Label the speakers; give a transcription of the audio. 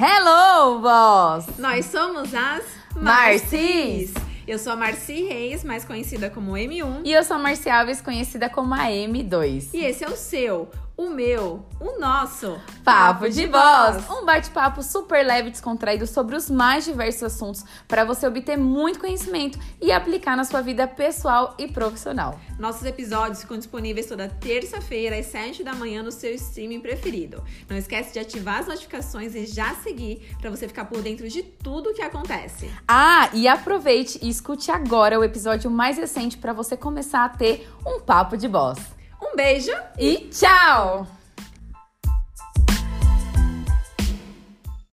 Speaker 1: Hello, vós!
Speaker 2: Nós somos as
Speaker 1: Marcis.
Speaker 2: Eu sou a Marci Reis, mais conhecida como M1.
Speaker 1: E eu sou a Marci Alves, conhecida como a M2.
Speaker 2: E esse é o seu, o meu, o nosso
Speaker 1: Papo de Voz! Um bate-papo super leve e descontraído sobre os mais diversos assuntos para você obter muito conhecimento e aplicar na sua vida pessoal e profissional.
Speaker 2: Nossos episódios ficam disponíveis toda terça-feira às 7 da manhã no seu streaming preferido. Não esquece de ativar as notificações e já seguir para você ficar por dentro de tudo o que acontece.
Speaker 1: Ah, e aproveite e escute agora o episódio mais recente para você começar a ter um Papo de Voz.
Speaker 2: Um beijo
Speaker 1: E tchau!